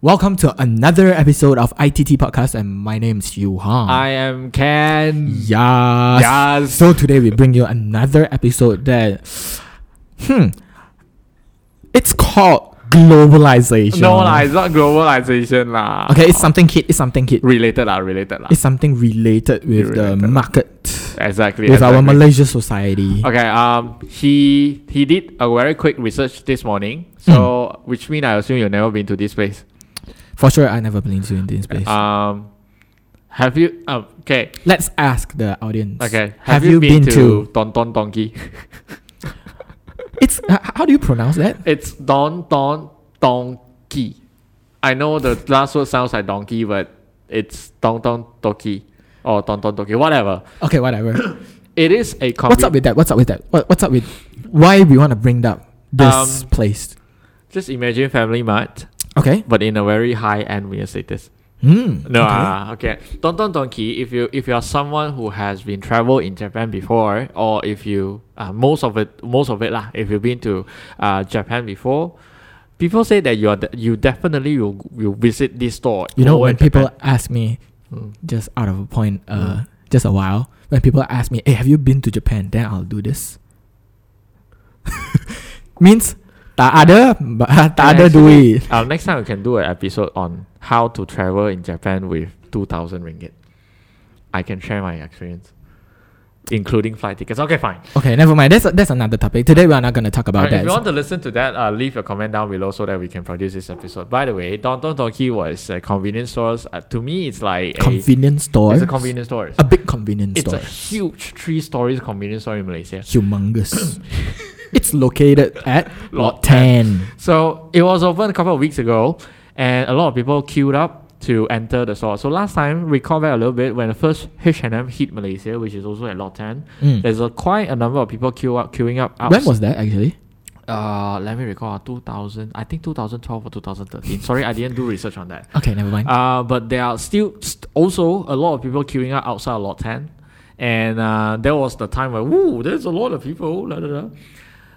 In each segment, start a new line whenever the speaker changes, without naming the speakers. Welcome to another episode of ITT Podcast, and my name is Yuhan.
I am Ken.
yes.
Yes.
So today we bring you another episode that, hmm, it's called globalization.
No lah, it's not globalization lah.
Okay, it's something kid. It's something kid.
related lah, related lah.
It's something related with the
Related.
market,
exactly.
with our
exactly.
Malaysia society.
Okay. Um. He he did a very quick research this morning.
Hmm.
So which means I assume you've never been to this place.
For sure, I never been to in this place.
Um. Have you? Um. Okay.
Let's ask the audience.
Okay. Have,
Have, you been, to?
Don Don Donki?
It's h- how do you pronounce that?
it's Don Don Donki. I know the last word sounds like donkey, but it's Don Don Doki or Don Don Doki, whatever.
Okay, whatever.
It is a combi-
What's up with that? What's up with that? What, what's up with why we want to bring up this
Um,
place?
Just imagine Family Mart,
Okay.
but in a very high end real status.
Hmm.
No,
okay.
ah, okay. Don Don Donki. If you if you are someone who has been traveled in Japan before, or if you uh, most of it most of it lah, if you've been to uh, Japan before, people say that you are de- you definitely will will visit this store.
you know
over
when
in
people
Japan.
ask me,
Mm.
just out of a point, uh, just a while, when people ask me, "Hey, have you been to Japan?" Then I'll do this. Means tak ada, ba- tak ada
Actually,
duit.
Uh, next time we can do an episode on how to travel in Japan with two thousand ringgit. I can share my experience, including flight tickets. Okay, fine.
Okay, never mind. That's that's another topic. Today we are not gonna talk about that.
Alright, If you want to listen to that, uh, leave a comment down below so that we can produce this episode. By the way, Don Don Donki was a convenience store. Uh, to me, it's like
convenience
a,
store.
it's a convenience store.
A big convenience
It's
store.
a huge three stories convenience store in Malaysia.
Humongous. it's located at
Lot
Lot Ten.
So it was open a couple of weeks ago, and a lot of people queued up to enter the store. So last time, recall back a little bit when the first H&M hit Malaysia, which is also at Lot 10.
Mm.
There's a, quite a number of people queue up, queuing up. outs-
When was that actually?
uh, let me recall 2000. I think 2012 or 2013. Sorry, I didn't do research on that.
Okay, never mind.
Uh, but there are still st- also a lot of people queuing up outside lot 10. And uh, there was the time where, woo, there's a lot of people. La, la, la.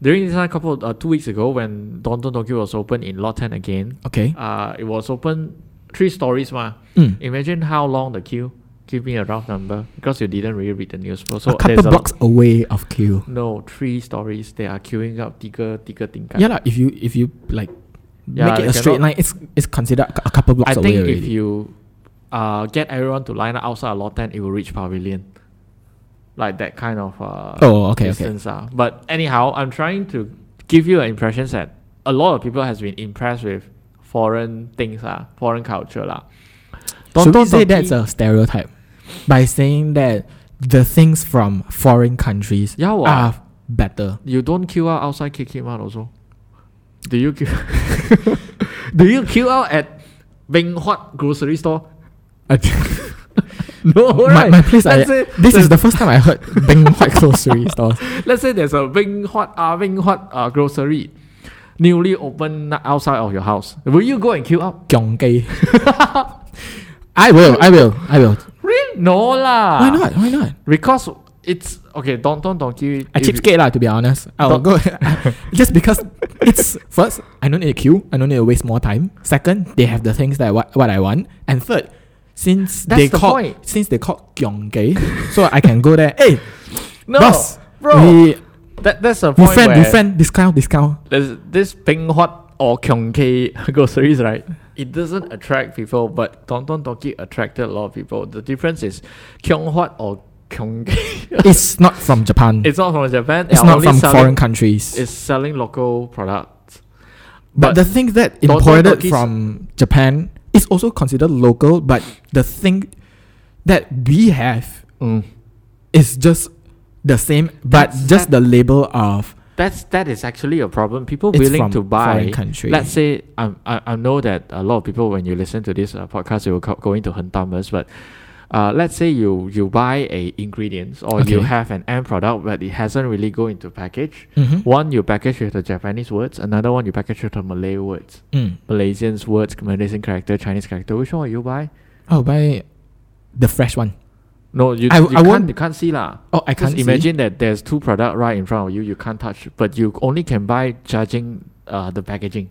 During this time, couple uh, two weeks ago, when Don Don Tokyo was open in lot 10 again,
okay.
uh, it was open three stories. Ma.
Mm.
Imagine how long the queue. Give me a rough number because you didn't really read the news. So
a couple
there's
blocks away of queue.
No, three stories. They are queuing up. Tiga, tiga tingkat.
Yeah, like if you if you like
Yeah,
make it
you
a straight
cannot-
line, it's it's considered a cou- a couple blocks
I
away
think if
already.
you uh, get everyone to line up outside a lot, then it will reach pavilion. Like that kind of uh,
Oh, okay, okay.
distance. ah. But anyhow, I'm trying to give you an impression that a lot of people has been impressed with foreign things, uh, foreign culture. lah.
Should we
Tonton
say
Donki-
that's a stereotype by saying that the things from foreign countries
Yeah, what?
are better?
You don't queue out outside KK Mart also. Do you queue? Do you queue out at Beng Huat grocery store? No,
my,
right.
my place, I,
Let's say
this is
there's-
the first time I heard Bing White grocery stores.
Let's say there's a Wing Hot uh, Wing Hot uh, grocery newly opened outside of your house. Will you go and queue up?
Kiong Gay. I will, I will, I will.
Really? No lah.
Why not? Why not?
Because it's okay. Don Don Donki.
I
if you-
cheapskate lah, to be honest. I'll
Don't-
go just because it's first. I don't need a queue. I don't need to waste more time. Second, they have the things that I wa- what I want. And third, since
That's
they
the
call
point.
since they call Gyeonggae, so I can go there. Hey,
No,
boss,
bro.
we
that, that's a
we
point
friend, we
where
friend, discount, discount.
There's this Bing Hot or Kyung K groceries, right? It doesn't attract people, but Don Don Donki attracted a lot of people. The difference is Kyung Hot or Kyung K.
It's not from Japan. It's,
it's not from Japan. they are
not
only
from
selling-
foreign countries.
It's selling local products.
but, the thing that
Don't- don't
imported
talkies-
from Japan is also considered local. But the thing that we have
Mm.
is just the same, but
That's-
just the label of
That's that is actually a problem. People
It's
willing
from
to buy.
foreign country.
Let's say um, I I know that a lot of people when you listen to this uh, podcast, you will co- go into hentamers, but. Uh, let's say you, you buy a ingredients or you
Okay.
have an end product but it hasn't really go into package.
Mhm.
One you package with the Japanese words, another one you package with the Malay words,
Mm.
Malaysians words, Malaysian character, Chinese character. Which one will you buy?
I'll buy the fresh one.
No, you,
I-
you
I
can't
won't-
you can't see lah.
Oh, I
Just
can't see.
imagine that there's two product right in front of you you can't touch but you only can buy judging uh, the packaging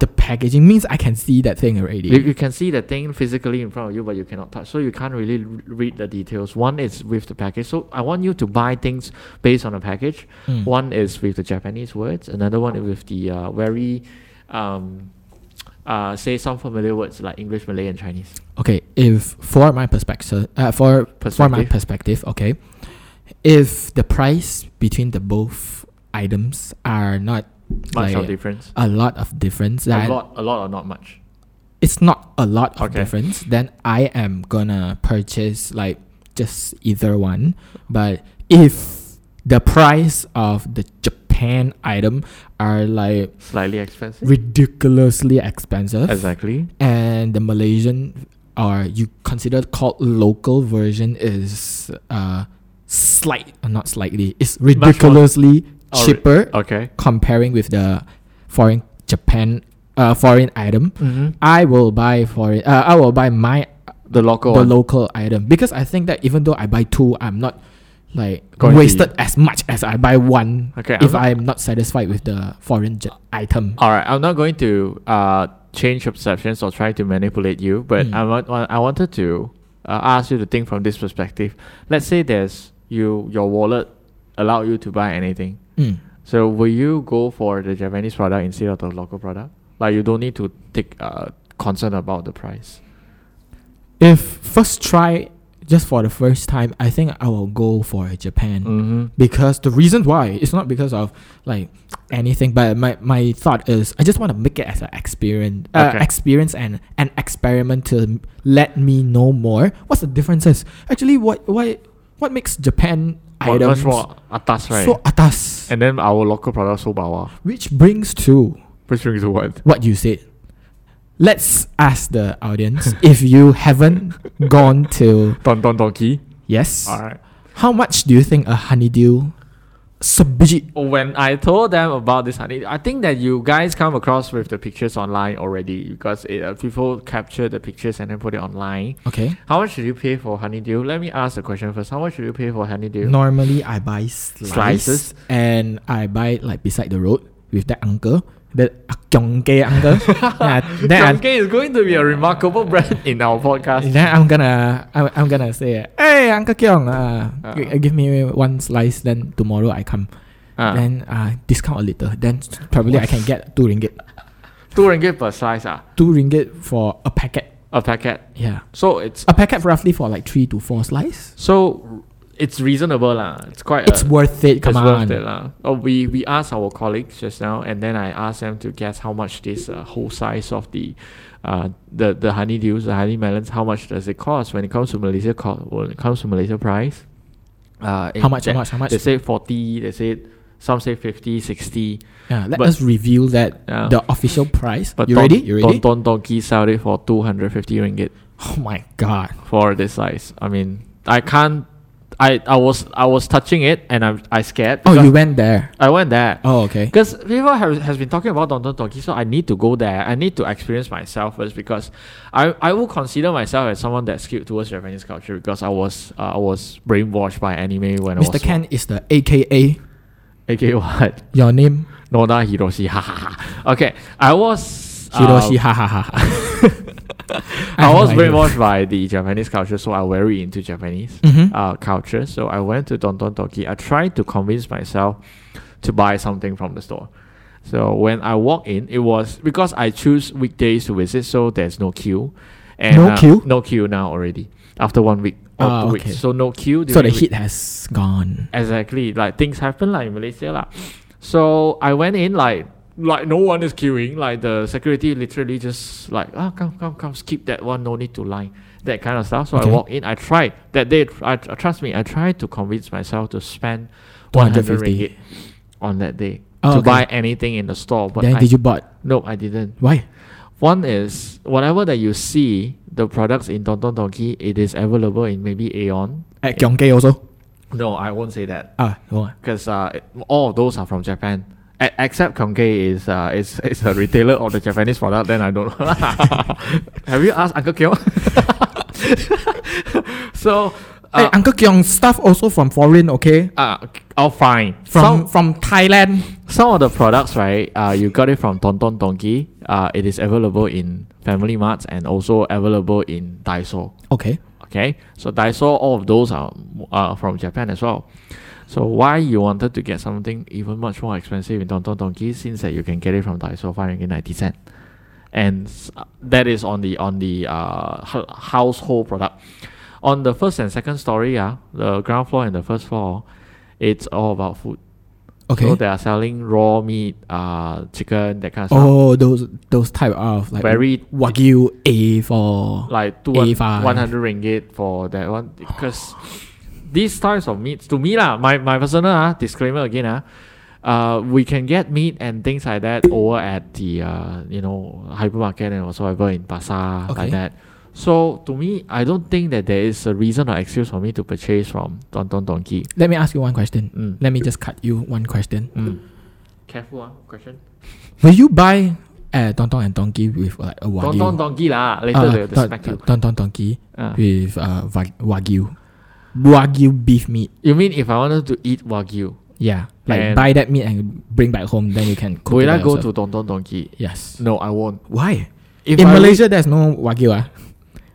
the packaging means I can see that thing already.
You, you can see the thing physically in front of you, but you cannot touch. So you can't really r- read the details. One is with the package. So I want you to buy things based on the package.
Mm.
One is with the Japanese words. Another one is with the uh, very, um, uh, say some familiar words like English, Malay, and Chinese.
Okay, if for my perspective, uh, for for my
Perspective.
perspective, okay, if the price between the both items are not
Much
like
of difference.
a lot of difference, then
a lot, a lot, or not much.
it's not a lot of
Okay.
difference, then I am gonna purchase like just either one. But if the price of the Japan item are like
Slightly expensive.
ridiculously expensive,
Exactly.
and the Malaysian or you consider called local version is uh slight uh, not slightly it's
more- Oh,
ridiculously
Or-
cheaper
Okay.
comparing with the foreign Japan uh foreign item
Mm-hmm.
I will buy foreign uh, I will buy my
The local.
the
one.
local item because I think that even though I buy two I'm not like
Going to
wasted as much as I buy one
Okay, I'm
if
not-
I'm not satisfied with the foreign j- item
All right, I'm not going to uh, change your perceptions or try to manipulate you, but
Mm.
I want I wanted to uh, ask you to think from this perspective. Let's say there's you your wallet allow you to buy anything.
Mm.
So will you go for the Japanese product instead of the local product? Like you don't need to take uh, concern about the price.
if first try just for the first time i think i will go for japan
Mm-hmm.
because the reason why it's not because of like anything but my, my thought is i just want to make it as an experience uh,
Okay.
experience and an experiment to m- let me know more what's the differences actually what why what makes japan items
Much more atas, right?
so atas
and then our local product so bawa.
which brings to
Which brings to what?
what you said. Let's ask the audience if you haven't gone to
Don don donkey.
yes.
All right.
How much do you think a honeydew sabji?
when I told them about this, honey, I think that you guys come across with the pictures online already because it, uh, people capture the pictures and then put it online.
Okay.
How much should you pay for honeydew? Let me ask the question first. How much should you pay for honeydew?
Normally I buy slice,
Slices.
and I buy like beside the road with that uncle, that ah, Kyongke uncle. yeah, then,
Jongke is going to be a remarkable brand in our
I,
podcast.
then I'm gonna I'm, I'm gonna say, hey Uncle Kyong, uh,
Uh.
gi- give me one slice. Then tomorrow I come.
Uh,
Then uh, discount a little. Then probably I can get two ringgit.
two ringgit per slice, ah,
two ringgit for a packet.
a packet.
Yeah,
So it's
a packet roughly for like three to four slices.
so it's reasonable, lah. It's quite.
It's
a,
worth it. Come
it's
on.
worth it lah. Oh, we we asked our colleagues just now, and then I asked them to guess how much this uh, whole size of the, uh, the the honeydews, the honey melons, how much does it cost when it comes to Malaysia? Co- when it comes to Malaysia price, uh,
How
it-
much? How
they-
much? How much?
They say forty. They say some say 50, 60.
Yeah, let
but-
us reveal that
Yeah.
the official price.
But
you
Don,
ready? You ready?
Don Don Donki sold it for two hundred fifty ringgit
Oh my god!
for this size. I mean, I can't. I, I was I was touching it and I'm I scared.
Oh,
because
you went there.
I went there.
Oh, okay.
Because people have, has been talking about Don Don Donki, so I need to go there. I need to experience myself first because I, I will consider myself as someone that's skewed towards Japanese culture because I was uh, I was brainwashed by anime when I was
Mr. Ken is the AKA.
aka what
Your name
Nona Hiroshi ha ha ha. Okay, I was uh,
Hiroshi. ha ha ha.
I
have no
was
idea.
brainwashed by the Japanese culture, so I'm very into Japanese
Mhm.
uh, culture. So I went to Don Don Donki. I tried to convince myself to buy something from the store. So when I walk in, it was because I choose weekdays to visit, so there's no queue. And, uh,
No queue?
No queue now already. After one week, or
Ah,
two
okay.
weeks. So no queue.
So the
during
heat has gone.
Exactly, like things happen like in Malaysia lah. So I went in like like no one is queuing. Like the security literally just like ah come come come skip that one. No need to line that kind of stuff. So
Okay.
I walked in. I tried that day. I tr- trust me. I tried to convince myself to spend one hundred
250.
ringgit on that day
Oh,
to
okay.
buy anything in the store. But
then
I,
did you bought?
No, I didn't.
Why?
One is whatever that you see the products in Don Don Donki, it is available in maybe Aeon.
At Gyeonggi also.
No, I won't say that.
Ah, no.
because uh, it- all of those are from Japan. E- Except Konkei is uh, is is a retailer of the Japanese product. Then I don't. Have you asked Uncle Kyo? so
hey,
uh,
Uncle Kyong stuff also from foreign. Okay.
uh, I'll find
from
some
from Thailand.
some of the products, right? Uh, you got it from Tonton Donki. Uh, it is available in Family Marts and also available in Daiso.
Okay.
Okay, so Daiso, all of those are uh, from Japan as well. So why you wanted to get something even much more expensive in Tonton Donki since that you can get it from Daiso for 90 cent, and s- that is on the on the uh, hou- household product. On the first and second story, yeah, the ground floor and the first floor, it's all about food.
Okay.
So they are selling raw meat, uh, chicken, that kind of stuff.
oh, those those type of like
Very
wagyu A for
like two
A5.
one hundred ringgit for that one because these types of meats to me lah my my personal ah, disclaimer again ah, uh we can get meat and things like that over at the uh you know hypermarket and whatsoever in pasar
Okay.
like that. So to me, I don't think that there is a reason or excuse for me to purchase from Don Don Donki.
Let me ask you one question.
Mm.
Let me just cut you one question.
Mm. Careful ah, question.
Will you buy uh, Don Don and Donkey with like a
Don
wagyu?
Don Donki lah. Later
uh,
they they
Don-
smack you.
Don Don Donkey
Ah.
with uh, wa- wagyu, wagyu beef meat.
You mean if I wanted to eat wagyu,
Yeah, like
And-
buy that meat and bring back home, then you can cook
will
it
I
by
go
yourself.
to Don Don Donki?
Yes.
No, I won't.
Why?
If
In
I
Malaysia, there's no wagyu. Ah,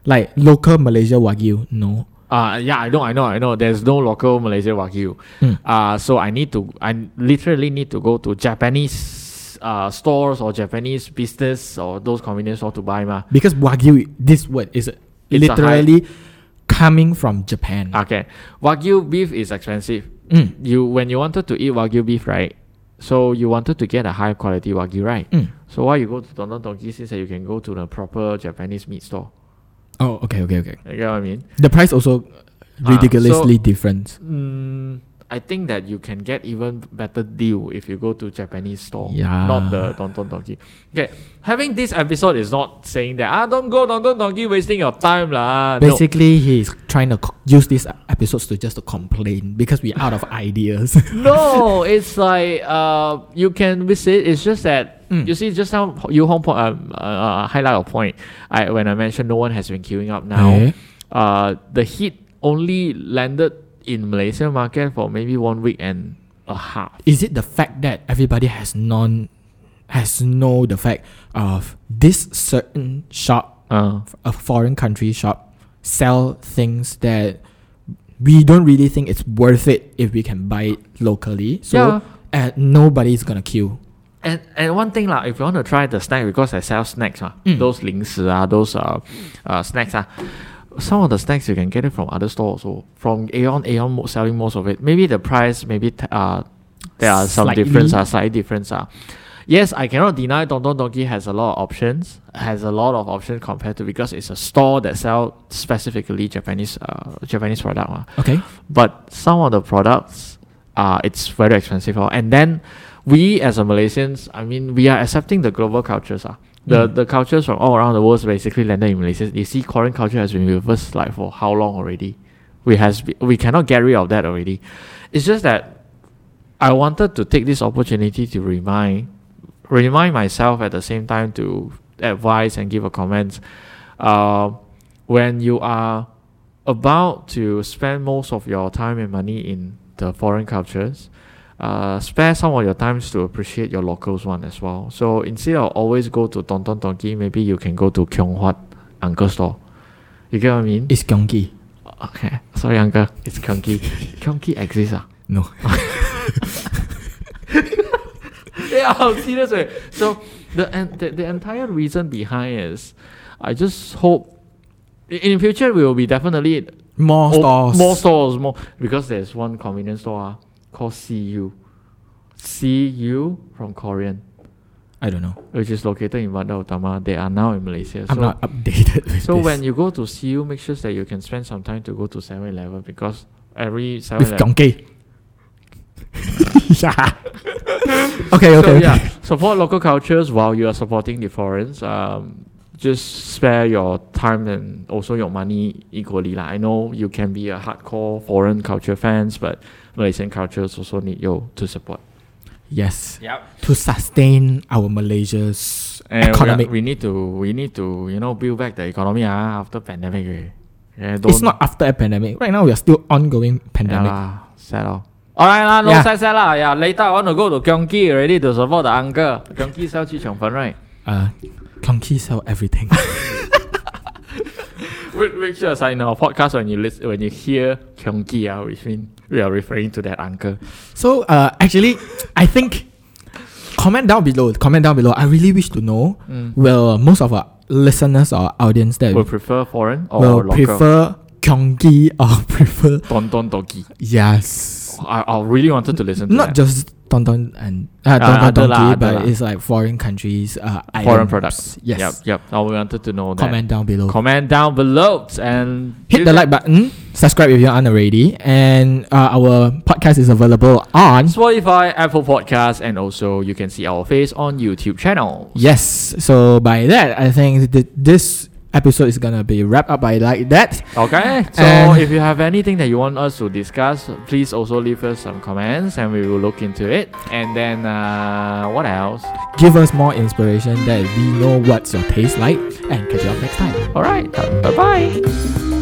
like local Malaysia wagyu, no.
Uh, yeah, I know, I know, I know. There's no local Malaysia wagyu.
Hmm.
Uh, so I need to, I literally need to go to Japanese uh, stores or Japanese business or those convenience store to buy ma.
Because wagyu, this word is
It's a Ah.
literally coming from Japan.
Okay, wagyu beef is expensive.
Mm,
You when you wanted to eat wagyu beef, right? So you wanted to get a high quality wagyu, right?
mm.
So why you go to Don Don Donki since that you can go to the proper Japanese meat store?
Oh, okay, okay, okay.
You get what I mean?
The price also
Ah,
ridiculously different.
Mm, I think that you can get even better deal if you go to Japanese store,
Yeah.
not the Don Don Donki. Okay, having this episode is not saying that ah don't go Don Don Donki wasting your time lah. Ah, No.
Basically, he's trying to co- use these episodes to just to complain because we're out of ideas.
no, it's like uh, you can visit. It's just that
Mm.
you see, just now you home point um, uh, uh, highlight a point. I when I mentioned no one has been queuing up now.
Eh?
Uh, the heat only landed in Malaysia market for maybe one week and a half.
Is it the fact that everybody has known, has know the fact of this certain shop,
Uh,
a foreign country shop, sell things that we don't really think it's worth it if we can buy it locally. So uh, nobody's gonna queue.
And and one thing lah, if you want to try the snack because I sell snacks ah,
Mm.
those 零食 ah, those uh, uh snacks ah. Some of the snacks you can get it from other stores also. From Aeon, Aeon mo- selling most of it. Maybe the price, maybe t- uh, there are some
Slightly.
difference, ah, slight difference. Ah. Yes, I cannot deny Don Don Donki has a lot of options, has a lot of options compared to because it's a store that sell specifically Japanese uh, Japanese product. ah
Okay.
but some of the products uh, it's very expensive oh. and then we as a malaysians i mean we are accepting the global cultures ah. the
Mm.
the cultures from all around the world basically landed in malaysia you see korean culture has been with us like for how long already we has be- we cannot get rid of that already it's just that i wanted to take this opportunity to remind remind myself at the same time to advise and give a comment uh, when you are about to spend most of your time and money in the foreign cultures, uh, spare some of your times to appreciate your locals one as well. So instead of always go to Tonton Tonki, maybe you can go to Kyung Huat Uncle Store. You get what I mean?
It's Gyeonggi.
okay. Sorry, Uncle. It's Kyungki. Kyungki exists. Ah.
No.
yeah, I'm serious. eh. So the, en- the the entire reason behind is, I just hope in- in future we will be definitely
More
Oh,
stores.
More stores, more because there's one convenience store ah, called CU. CU from Korean,
I don't know.
which is located in Bandar Utama. They are now in Malaysia.
I'm
so
not updated with
so
this.
when you go to CU, make sure that you can spend some time to go to 7-Eleven because every 7-Eleven.
with Gyeonggi. yeah. okay, okay.
so
okay.
yeah, support local cultures while you are supporting the foreigners. Um, just spare your time and also your money equally. lah. I know you can be a hardcore foreign culture fans, but Malaysian cultures also need you to support.
Yes.
Yep.
To sustain our Malaysia's
And we are-
economic.
We, need to we need to you know build back the economy ah, after pandemic. eh. Yeah, don't,
it's not after a pandemic. Right now, we are still ongoing
yeah,
pandemic.
lah, sad oh. Alright lah, no
Yeah.
sad sad lah. Yeah, later I want to go to Gyeonggi already to support the uncle. Gyeonggi sell 鸡肠粉 right?
Uh, Clunky sell everything.
Make, make sure sign our podcast when you listen, when you hear Gyeonggi, ah, which means we are referring to that uncle.
So uh, actually, I think comment down below. Comment down below. I really wish to know.
Mm.
Well, most of our listeners or audience that
Will prefer foreign or
will
local?
prefer Gyeonggi or prefer
Don Don Dogi.
yes,
I, I really wanted to listen to
not
that.
just Don Don and uh, Don
Ah,
Don
other lah,
Donki,
other
but
lah.
it's like foreign countries. Uh,
foreign
items.
products.
Yes.
Yep. Yep. Oh, we wanted to know that.
Comment down below.
Comment down below and
Hit the like button. Subscribe if you aren't already. And uh, our podcast is available on
Spotify, Apple Podcasts, and also you can see our face on YouTube channel.
Yes. So by that, I think th- this episode is gonna be wrapped up by like that.
Okay. So
And-
if you have anything that you want us to discuss, please also leave us some comments and we will look into it. And then uh, what else?
Give us more inspiration that we know what's your taste like, and catch you up next time.
All right. Bye bye.